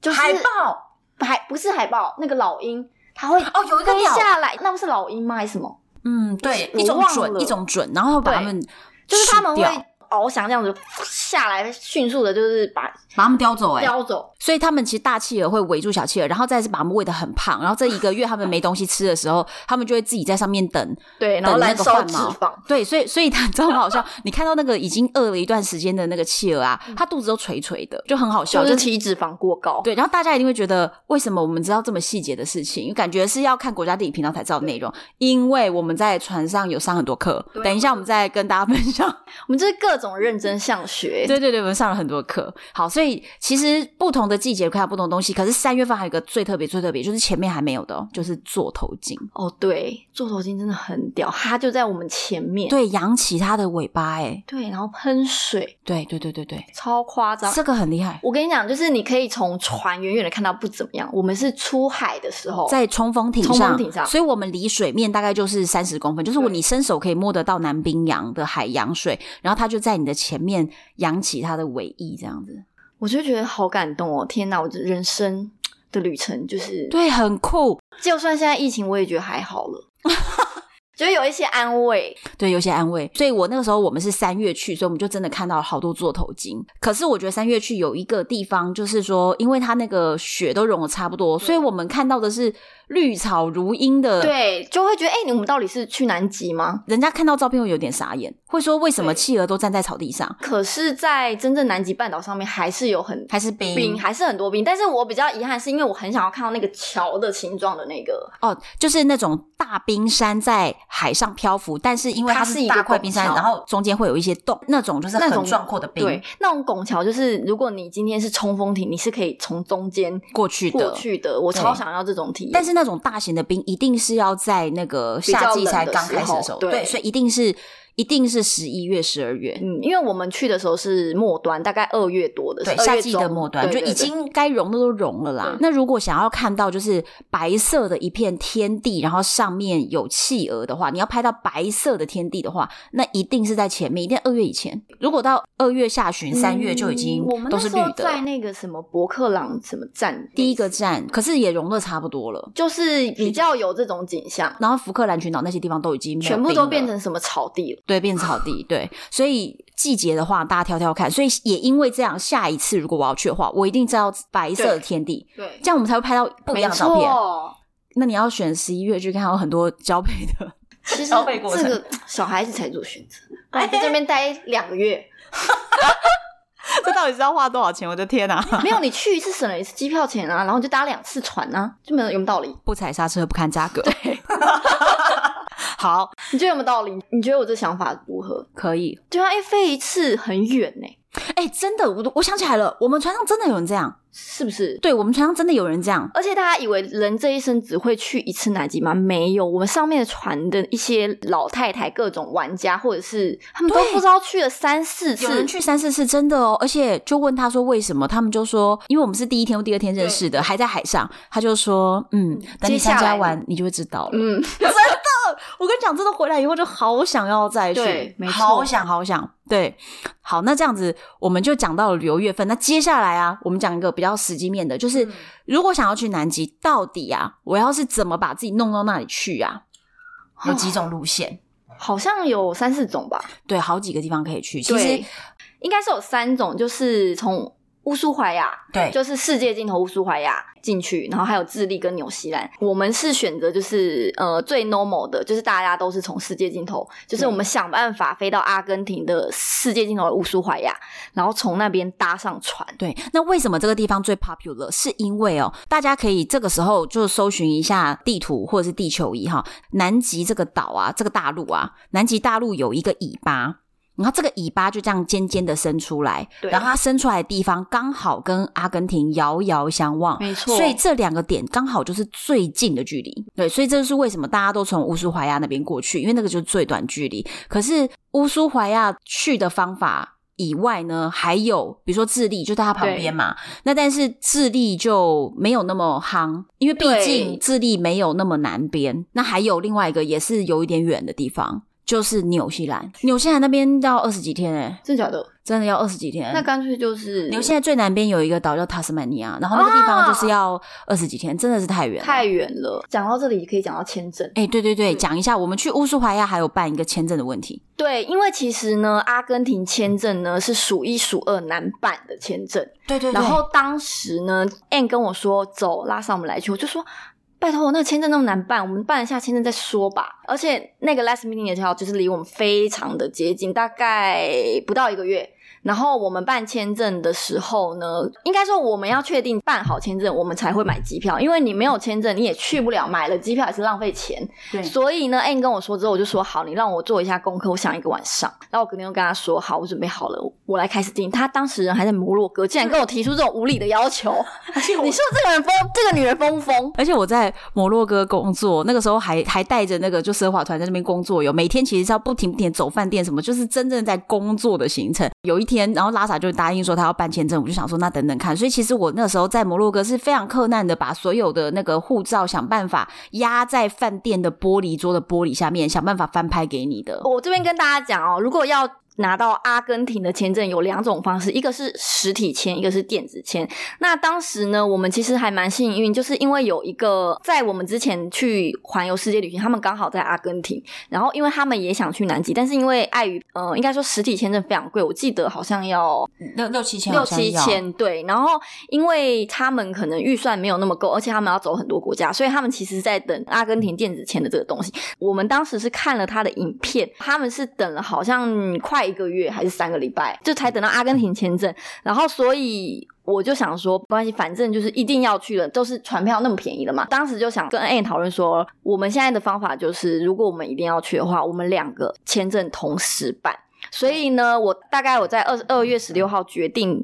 Speaker 2: 就是
Speaker 1: 豹
Speaker 2: 海不是海豹，那个老鹰，它会
Speaker 1: 哦，有一
Speaker 2: 飞下来，那不是老鹰吗？还是什么？
Speaker 1: 嗯，对，
Speaker 2: 我
Speaker 1: 一种
Speaker 2: 忘
Speaker 1: 准，
Speaker 2: 了
Speaker 1: 一种准，然后把
Speaker 2: 对
Speaker 1: 它们
Speaker 2: 就是他们
Speaker 1: 吃
Speaker 2: 会
Speaker 1: 掉
Speaker 2: 翱翔这样子下来，迅速的就是把
Speaker 1: 把它们叼走、欸，
Speaker 2: 叼走。
Speaker 1: 所以他们其实大企鹅会围住小企鹅，然后再是把它们喂得很胖，然后这一个月他们没东西吃的时候，他们就会自己在上面等。
Speaker 2: 对，然后
Speaker 1: 等那
Speaker 2: 燃
Speaker 1: 个
Speaker 2: 烧
Speaker 1: 换
Speaker 2: 脂
Speaker 1: 毛
Speaker 2: 肪，
Speaker 1: 对，所以所以他 知道很好笑，你看到那个已经饿了一段时间的那个企鹅啊，它肚子都垂垂的，就很好笑，
Speaker 2: 就是体脂肪过高。
Speaker 1: 对，然后大家一定会觉得，为什么我们知道这么细节的事情？感觉是要看国家地理频道才知道内容，因为我们在船上有上很多课。
Speaker 2: 对
Speaker 1: 等一下我们再跟大家分享。
Speaker 2: 我们就是各种认真向学。
Speaker 1: 对对对，我们上了很多课。好，所以其实不同的季节看到不同的东西，可是三月份还有一个最特别、最特别，就是前面还没有的、哦，就是做头巾。
Speaker 2: 哦，对，做头巾真的很屌，它就在我们前面。
Speaker 1: 对，扬起它的尾巴、哎，
Speaker 2: 对，然后喷水，
Speaker 1: 对对对对对，
Speaker 2: 超夸张。
Speaker 1: 这个很厉害。
Speaker 2: 我跟你讲，就是你可以从船远远的看到不怎么样，我们是出海的时候，
Speaker 1: 在冲锋艇
Speaker 2: 冲
Speaker 1: 上，
Speaker 2: 锋艇上
Speaker 1: 所以我们离水面大概就是三十公分，就是我
Speaker 2: 对
Speaker 1: 你伸手可以摸得到南冰洋的海洋水，然后它就在你的前面扬起它的尾翼，这样子，
Speaker 2: 我就觉得好感动哦！天哪，我这人生的旅程就是，
Speaker 1: 对，很酷。
Speaker 2: 就算现在疫情，我也觉得还 好了，觉得有一些安慰。
Speaker 1: 对，有些安慰。所以我那个时候我们是三月去，所以我们就真的看到了好多座头巾。可是我觉得三月去有一个地方，就是说，因为它那个雪都融的差不多，所以我们看到的是绿草如茵的。，
Speaker 2: 对，就会觉得，哎、你我们到底是去南极吗？
Speaker 1: 人家看到照片会有点傻眼，会说为什么
Speaker 2: 对
Speaker 1: 企鹅都站在草地上？
Speaker 2: 可是，在真正南极半岛上面，还是有很
Speaker 1: 还是冰？
Speaker 2: 冰，还是很多冰。但是我比较遗憾，是因为我很想要看到那个桥的形状的那个，
Speaker 1: 哦，就是那种大冰山在海上漂浮，但是因为
Speaker 2: 它
Speaker 1: 是
Speaker 2: 是一个
Speaker 1: 大块
Speaker 2: 拱
Speaker 1: 冰山，
Speaker 2: 桥
Speaker 1: 然后中间会有一些洞，那种就是
Speaker 2: 那
Speaker 1: 很
Speaker 2: 种
Speaker 1: 壮阔的冰
Speaker 2: 对，那种拱桥，就是如果你今天是冲锋艇，你是可以从中间
Speaker 1: 过去的。
Speaker 2: 过去的。我
Speaker 1: 对
Speaker 2: 超想要这种体验，
Speaker 1: 但是那种大型的冰一定是要在那个夏季
Speaker 2: 比较
Speaker 1: 才
Speaker 2: 冷的
Speaker 1: 刚开始的时候，
Speaker 2: 时候对
Speaker 1: 对，所以一定是一定是十一月、十二月，
Speaker 2: 嗯，因为我们去的时候是末端，大概二月多的时
Speaker 1: 对，
Speaker 2: 候，
Speaker 1: 夏
Speaker 2: 2月
Speaker 1: 季的
Speaker 2: 中
Speaker 1: 末端
Speaker 2: 对
Speaker 1: 就
Speaker 2: 对
Speaker 1: 已
Speaker 2: 对
Speaker 1: 经该融的都融了啦
Speaker 2: 对。
Speaker 1: 那如果想要看到就是白色的一片天地，然后上面有企鹅的话，你要拍到白色的天地的话，那一定是在前面，一定二月以前。如果到二月下旬、三月就已经
Speaker 2: 嗯我们
Speaker 1: 都
Speaker 2: 那
Speaker 1: 是绿
Speaker 2: 时候
Speaker 1: 的
Speaker 2: 在
Speaker 1: 了。
Speaker 2: 那个什么博克朗什么站，
Speaker 1: 第一个站，可是也融的差不多了。
Speaker 2: 就是比较有这种景象，
Speaker 1: 然后福克兰群岛那些地方都已经没有
Speaker 2: 全部
Speaker 1: 冰
Speaker 2: 都
Speaker 1: 了
Speaker 2: 变成什么草地了。
Speaker 1: 对，变草地，对，所以季节的话，大家挑挑看。所以也因为这样，下一次如果我要去的话，我一定知道白色的天地，
Speaker 2: 对
Speaker 1: 这样我们才会拍到不一样的照片。
Speaker 2: 片。
Speaker 1: 那你要选十一月去看，有很多交配的，
Speaker 2: 其实
Speaker 1: 消费过程
Speaker 2: 这个小孩子才做选 择，不然在这边待两个月，
Speaker 1: 这到底是要花多少钱？我的天哪、
Speaker 2: 没有你去一次省了一次机票钱啊，然后就搭两次船啊，就没有有没有道理？
Speaker 1: 不踩刹车，不看价格。对， 好，
Speaker 2: 你觉得有没有道理？你觉得我这想法如何？
Speaker 1: 可以。
Speaker 2: 对啊，哎，飞一次很远欸呢、
Speaker 1: 哎、真的，我我想起来了，我们船上真的有人这样，
Speaker 2: 是不是？
Speaker 1: 对我们船上真的有人这样。
Speaker 2: 而且大家以为人这一生只会去一次南极吗？没有，我们上面的船的一些老太太、各种玩家，或者是他们都
Speaker 1: 对
Speaker 2: 不知道去了三四
Speaker 1: 有
Speaker 2: 次
Speaker 1: 人。去三四次，真的哦。而且就问他说为什么，他们就说，因为我们是第一天或第二天认识的，还在海上，他就说，嗯，等你
Speaker 2: 接下
Speaker 1: 参
Speaker 2: 来
Speaker 1: 加完你就会知道了。
Speaker 2: 嗯，
Speaker 1: 我我跟你讲，真的回来以后就好想要再去
Speaker 2: 对，没错
Speaker 1: 好想好想。对，好，那这样子我们就讲到了旅游月份。那接下来啊，我们讲一个比较实际面的，就是、
Speaker 2: 嗯
Speaker 1: 如果想要去南极，到底啊，我要是怎么把自己弄到那里去啊？有几种路线？
Speaker 2: 好像有三四种吧，
Speaker 1: 对，好几个地方可以去。其
Speaker 2: 对
Speaker 1: 实
Speaker 2: 应该是有三种，就是从乌苏怀亚
Speaker 1: 对
Speaker 2: 就是世界尽头乌苏怀亚进去，然后还有智利跟纽西兰。我们是选择就是呃最 normal 的，就是大家都是从世界尽头，就是我们想办法飞到阿根廷的世界尽头的乌苏怀亚，然后从那边搭上船。
Speaker 1: 对，那为什么这个地方最 popular？是因为哦，大家可以这个时候就搜寻一下地图或者是地球仪哈，南极这个岛啊，这个大陆啊，南极大陆有一个尾巴。然后这个尾巴就这样尖尖的伸出来，
Speaker 2: 对
Speaker 1: 然后它伸出来的地方刚好跟阿根廷遥遥相望，
Speaker 2: 没错
Speaker 1: 所以这两个点刚好就是最近的距离。对，所以这就是为什么大家都从乌苏怀亚那边过去，因为那个就是最短距离。可是乌苏怀亚去的方法以外呢，还有比如说智利，就在它旁边嘛。那但是智利就没有那么夯，因为毕
Speaker 2: 对
Speaker 1: 竟智利没有那么南边。那还有另外一个也是有一点远的地方，就是纽西兰。纽西兰那边要二十几天哎、
Speaker 2: 真的假的？
Speaker 1: 真的要二十几天。
Speaker 2: 那干脆就是
Speaker 1: 纽西兰最南边有一个岛叫塔斯马尼亚，然后那个地方就是要二十几天，真的是啊太远了。
Speaker 2: 太远了。讲到这里可以讲到签证，
Speaker 1: 哎、对对对，讲一下，我们去乌苏怀亚还有办一个签证的问题。
Speaker 2: 对，因为其实呢，阿根廷签证呢是数一数二难办的签证。
Speaker 1: 对对
Speaker 2: 然后当时呢，Anne 跟我说走，拉上我们来去，我就说。拜托，那个签证那么难办，我们办一下签证再说吧。而且那个 last meeting 也好，就是离我们非常的接近，大概不到一个月。然后我们办签证的时候呢，应该说我们要确定办好签证，我们才会买机票，因为你没有签证你也去不了，买了机票也是浪费钱。
Speaker 1: 对
Speaker 2: 所以呢，Anne 跟我说之后，我就说好，你让我做一下功课，我想一个晚上。然后我隔天又跟他说好，我准备好了，我来开始订。他当时人还在摩洛哥，竟然跟我提出这种无理的要求， 你说这个人疯，这个女人疯不疯？
Speaker 1: 而且我在摩洛哥工作，那个时候还还带着那个就奢华团在那边工作，有每天其实是要不停不停地走饭店什么，就是真正在工作的行程。有一天，然后拉萨就答应说他要办签证，我就想说那等等看。所以其实我那时候在摩洛哥是非常克难的，把所有的那个护照想办法压在饭店的玻璃桌的玻璃下面，想办法翻拍给你的。
Speaker 2: 我这边跟大家讲哦，如果要拿到阿根廷的签证，有两种方式，一个是实体签，一个是电子签。那当时呢，我们其实还蛮幸运，就是因为有一个在我们之前去环游世界旅行，他们刚好在阿根廷，然后因为他们也想去南极，但是因为碍于呃，应该说实体签证非常贵，我记得好像要
Speaker 1: 六六七千
Speaker 2: 六七，千，对。然后因为他们可能预算没有那么够，而且他们要走很多国家，所以他们其实在等阿根廷电子签的这个东西。我们当时是看了他的影片，他们是等了好像快一个月还是三个礼拜，就才等到阿根廷签证。然后所以。我就想说，没关系，反正就是一定要去了，都是船票那么便宜了嘛。当时就想跟 A 讨论说，我们现在的方法就是，如果我们一定要去的话，我们两个签证同时办。所以呢，我大概我在二二月十六号决定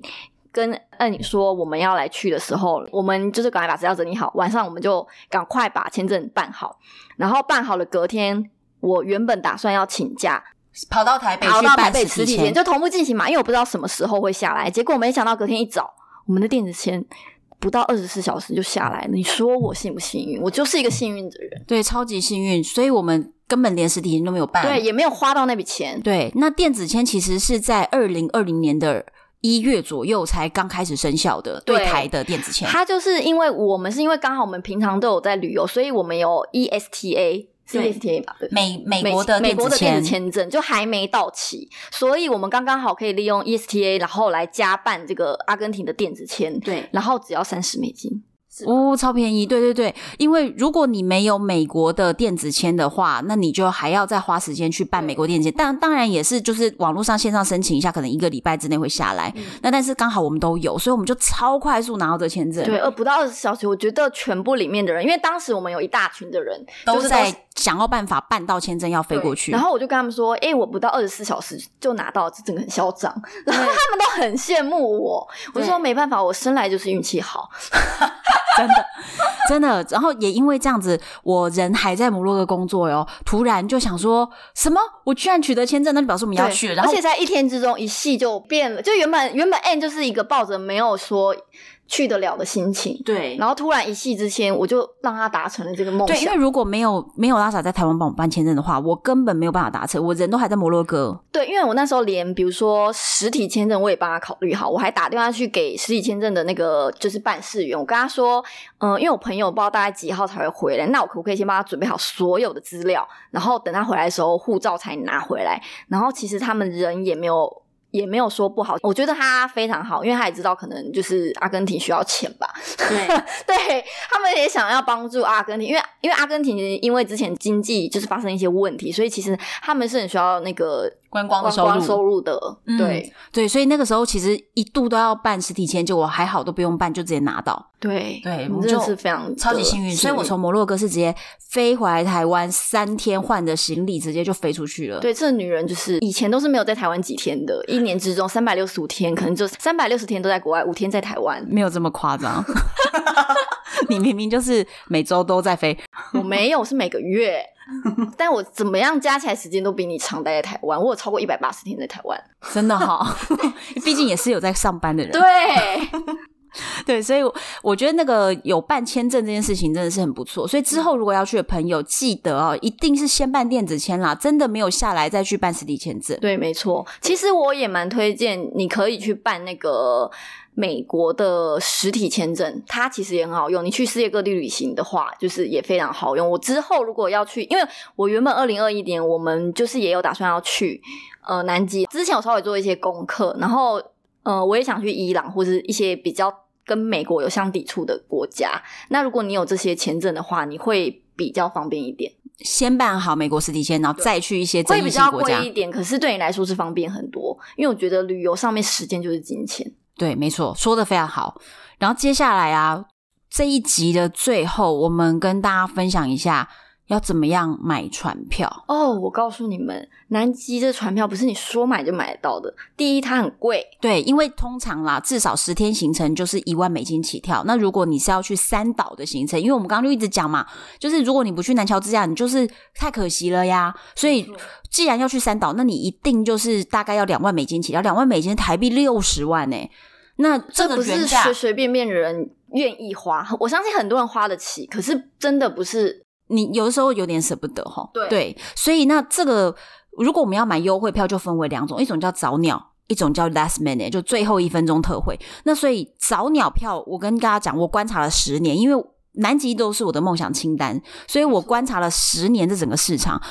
Speaker 2: 跟嗯说我们要来去的时候，我们就是赶快把资料整理好，晚上我们就赶快把签证办好，然后办好了隔天。我原本打算要请假，
Speaker 1: 跑到台
Speaker 2: 跑到台北实体
Speaker 1: 签
Speaker 2: 签，就同步进行嘛，因为我不知道什么时候会下来。结果没想到隔天一早，我们的电子签不到二十四小时就下来了。你说我幸不幸运？我就是一个幸运的人，
Speaker 1: 对，超级幸运，所以我们根本连实体签都没有办。
Speaker 2: 对，也没有花到那笔钱。
Speaker 1: 对，那电子签其实是在二零二零年的一月左右才刚开始生效的，对
Speaker 2: 对
Speaker 1: 台的电子签。
Speaker 2: 它就是因为我们是因为刚好我们平常都有在旅游，所以我们有 E ESTA 是
Speaker 1: 对
Speaker 2: ESTA 吧？对。
Speaker 1: 美美国的
Speaker 2: 美
Speaker 1: 电
Speaker 2: 国
Speaker 1: 子
Speaker 2: 的电子
Speaker 1: 签，
Speaker 2: 签证就还没到期，所以我们刚刚好可以利用 E ESTA，然后来加办这个阿根廷的电子签，
Speaker 1: 对，
Speaker 2: 然后只要三十美金。
Speaker 1: 哦，超便宜，对对对，因为如果你没有美国的电子签的话，那你就还要再花时间去办
Speaker 2: 对
Speaker 1: 美国电子签。但当然也是，就是网络上线上申请一下，可能一个礼拜之内会下来。
Speaker 2: 嗯
Speaker 1: 那但是刚好我们都有，所以我们就超快速拿到这签证，
Speaker 2: 对，，呃，不到二十小时，我觉得全部里面的人，因为当时我们有一大群的人
Speaker 1: 都
Speaker 2: 就是
Speaker 1: 在想要办法办到签证要飞
Speaker 2: 对
Speaker 1: 过去。
Speaker 2: 然后我就跟他们说：“哎、我不到二十四小时就拿到，这整个很嚣张。”然后他们都很羡慕我，我就
Speaker 1: 对
Speaker 2: 说没办法，我生来就是运气好。
Speaker 1: 真的。然后也因为这样子，我人还在摩洛哥工作哟，突然就想说什么，我居然取得签证，那就表示我们要
Speaker 2: 对
Speaker 1: 去了。然后
Speaker 2: 而且在一天之中，一系就变了。就原本原本 N 就是一个抱着没有说去得了的心情。
Speaker 1: 对
Speaker 2: 然后突然一夕之间，我就让他达成了这个梦
Speaker 1: 对，因
Speaker 2: 想
Speaker 1: 为。如果没有没有拉萨在台湾帮我办签证的话，我根本没有办法达成。我人都还在摩洛哥，
Speaker 2: 对，因为我那时候连比如说实体签证我也帮他考虑好，我还打电话去给实体签证的那个就是办事员，我跟他说，嗯、因为我朋友不知道大概几号才会回来，那我可不可以先帮他准备好所有的资料，然后等他回来的时候护照才拿回来？然后其实他们人也没有。也没有说不好，我觉得他非常好，因为他也知道可能就是阿根廷需要钱吧，
Speaker 1: 对
Speaker 2: 对他们也想要帮助阿根廷，因为因为阿根廷其实因为之前经济就是发生一些问题，所以其实他们是很需要那个
Speaker 1: 观光的
Speaker 2: 观
Speaker 1: 收入
Speaker 2: 光收入的。
Speaker 1: 嗯
Speaker 2: 对
Speaker 1: 对，所以那个时候其实一度都要办实体签，结果还好都不用办，就直接拿到，
Speaker 2: 对
Speaker 1: 对
Speaker 2: 你
Speaker 1: 我
Speaker 2: 真的
Speaker 1: 就是
Speaker 2: 非常
Speaker 1: 超级
Speaker 2: 的
Speaker 1: 幸运。所以我从摩洛哥是直接飞回来台湾，三天换的行李直接就飞出去了。
Speaker 2: 对这女人就是以前都是没有在台湾几天的，一年之中三百六十五天，可能就三百六十天都在国外，五天在台 湾。
Speaker 1: 没有这么夸张。你明明就是每周都在飞，
Speaker 2: 我没有是每 个月，但我怎么样加起来时间都比你长待在台湾，我有超过一百八十天在台湾。
Speaker 1: 真的哈、 毕竟也是有在上班的人。
Speaker 2: 对。
Speaker 1: 对，所以我我觉得那个有办签证这件事情真的是很不错。所以之后如果要去的朋友，记得哦，一定是先办电子签啦，真的没有下来再去办实体签证。
Speaker 2: 对，没错。其实我也蛮推荐你可以去办那个美国的实体签证，它其实也很好用。你去世界各地旅行的话，就是也非常好用。我之后如果要去，因为我原本二零二一年我们就是也有打算要去呃南极，之前我稍微做一些功课，然后呃我也想去伊朗或是一些比较跟美国有相抵触的国家。那如果你有这些签证的话，你会比较方便一点。
Speaker 1: 先办好美国实体签，然后再去一些争
Speaker 2: 会
Speaker 1: 议
Speaker 2: 比
Speaker 1: 性
Speaker 2: 较
Speaker 1: 国
Speaker 2: 贵
Speaker 1: 家
Speaker 2: 一。点，可是对你来说是方便很多，因为我觉得旅游上面时间就是金钱。
Speaker 1: 对，没错，说的非常好。然后接下来啊，这一集的最后，我们跟大家分享一下要怎么样买船票。
Speaker 2: 哦，我告诉你们，南极这船票不是你说买就买得到的。第一，它很贵，
Speaker 1: 对，因为通常啦，至少十天行程就是一万美金起跳。那如果你是要去三岛的行程，因为我们刚刚就一直讲嘛，就是如果你不去南乔治亚，你就是太可惜了呀。所以既然要去三岛，那你一定就是大概要两万美金起跳，两万美金台币六十万呢、那这个
Speaker 2: 不是
Speaker 1: 原价
Speaker 2: 随随便便的人愿意花。我相信很多人花得起，可是真的不是
Speaker 1: 你有的时候有点舍不得哈。
Speaker 2: 对
Speaker 1: 所以那这个如果我们要买优惠票，就分为两种，一种叫早鸟。一种叫 last minute，就最后一分钟特惠。那所以早鸟票，我跟大家讲，我观察了十年，因为南极都是我的梦想清单，所以我观察了十年这整个市场。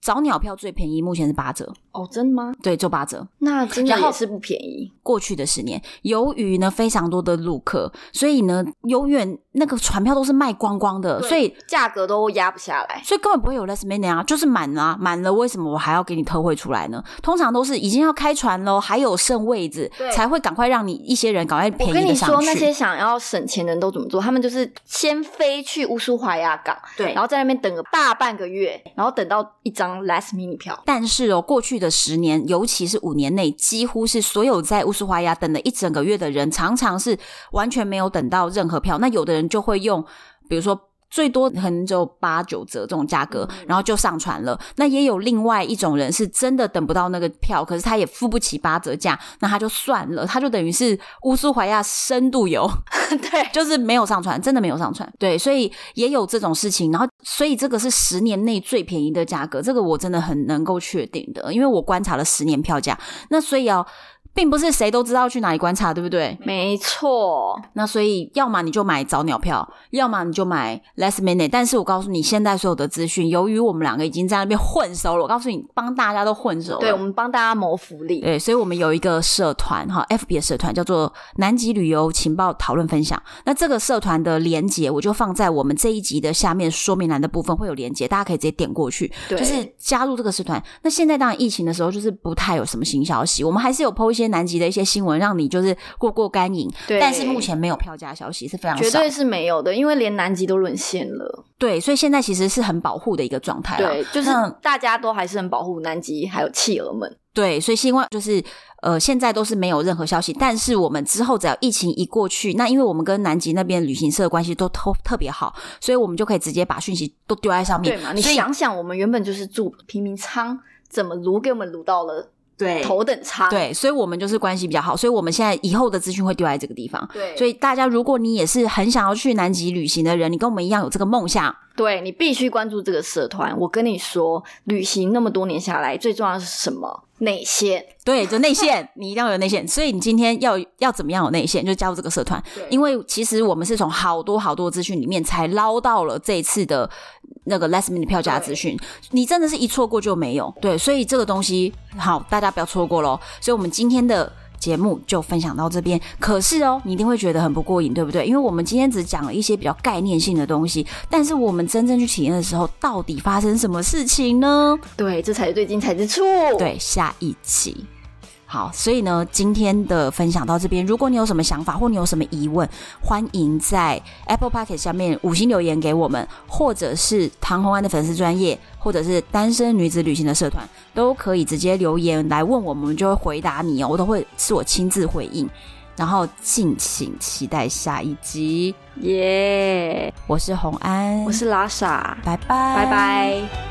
Speaker 1: 早鸟票最便宜，目前是八折，
Speaker 2: 哦，真的吗？
Speaker 1: 对，就八折。
Speaker 2: 那真的
Speaker 1: 然后
Speaker 2: 也是不便宜。
Speaker 1: 过去的十年，由于呢非常多的陆客，所以呢永远那个船票都是卖光光的，
Speaker 2: 对
Speaker 1: 所以
Speaker 2: 价格都压不下来，
Speaker 1: 所以根本不会有 less minute 啊，就是满啊，满了为什么我还要给你特惠出来呢？通常都是已经要开船喽，还有剩位置
Speaker 2: 对，
Speaker 1: 才会赶快让你一些人赶快
Speaker 2: 我
Speaker 1: 便
Speaker 2: 跟
Speaker 1: 宜
Speaker 2: 你
Speaker 1: 的上
Speaker 2: 说，那些
Speaker 1: 去。
Speaker 2: 想要省钱的人都怎么做？他们就是先飞去乌苏怀亚港，
Speaker 1: 对
Speaker 2: 然后在那边等个大半个月，然后等到一张 last mini 票。
Speaker 1: 但是哦，过去的十年，尤其是五年内，几乎是所有在乌苏华亚等了一整个月的人，常常是完全没有等到任何票。那有的人就会用，比如说最多可能就八九折这种价格，然后就上船了。那也有另外一种人是真的等不到那个票，可是他也付不起八折价，那他就算了，他就等于是乌苏怀亚深度游。
Speaker 2: 对，
Speaker 1: 就是没有上传，真的没有上传。对，所以也有这种事情。然后，所以这个是十年内最便宜的价格，这个我真的很能够确定的，因为我观察了十年票价。那所以哦，并不是谁都知道去哪里观察，对不对？
Speaker 2: 没错，
Speaker 1: 那所以，要么你就买早鸟票，要么你就买 last minute。但是我告诉你，现在所有的资讯，由于我们两个已经在那边混熟了，我告诉你，帮大家都混熟了。
Speaker 2: 对我们帮大家谋福利。
Speaker 1: 对，所以我们有一个社团哈，FB 的社团叫做南极旅游情报讨论分享。那这个社团的连接，我就放在我们这一集的下面说明栏的部分会有连接，大家可以直接点过去，
Speaker 2: 对，
Speaker 1: 就是加入这个社团。那现在当然疫情的时候，就是不太有什么新消息，我们还是有 PO 一些南极的一些新闻，让你就是过过干瘾。
Speaker 2: 对
Speaker 1: 但是目前没有票价消息是非常
Speaker 2: 绝
Speaker 1: 少，
Speaker 2: 对是没有的，因为连南极都沦陷了。
Speaker 1: 对，所以现在其实是很保护的一个状态啦。
Speaker 2: 对，就是
Speaker 1: 哎那
Speaker 2: 大家都还是很保护南极还有企鹅们。
Speaker 1: 对，所以希望就是呃，现在都是没有任何消息，但是我们之后只要疫情一过去，那因为我们跟南极那边旅行社的关系都特特别好，所以我们就可以直接把讯息都丢在上面。
Speaker 2: 对嘛？你
Speaker 1: 所以
Speaker 2: 想想，我们原本就是住平民舱，怎么撸给我们撸到了
Speaker 3: 对，
Speaker 2: 头等舱，
Speaker 1: 对，所以我们就是关系比较好，所以我们现在以后的资讯会丢在这个地方。
Speaker 2: 对，
Speaker 1: 所以大家，如果你也是很想要去南极旅行的人，你跟我们一样有这个梦想，
Speaker 2: 对你必须关注这个社团。我跟你说，旅行那么多年下来，最重要的是什么？内线。
Speaker 1: 对，就内 线，你一定要有内线。所以你今天要要怎么样有内线，就加入这个社团。因为其实我们是从好多好多资讯里面才捞到了这一次的那个 last minute 票价资讯，你真的是一错过就没有。对，所以这个东西好，大家不要错过喽。所以我们今天的。节目就分享到这边，可是哦，你一定会觉得很不过瘾，对不对？因为我们今天只讲了一些比较概念性的东西，但是我们真正去体验的时候，到底发生什么事情呢？
Speaker 2: 对，这才是最精彩之处。
Speaker 1: 对，下一期。好，所以呢，今天的分享到这边。如果你有什么想法，或你有什么疑问，欢迎在 Apple p o c k e t 下面五星留言给我们，或者是唐红安的粉丝专业，或者是单身女子旅行的社团，都可以直接留言来问我们，我们就会回答你哦，我都会是我亲自回应。然后敬请期待下一集。
Speaker 2: 耶、
Speaker 1: 我是红安，
Speaker 2: 我是拉萨，
Speaker 1: 拜拜，
Speaker 2: 拜拜。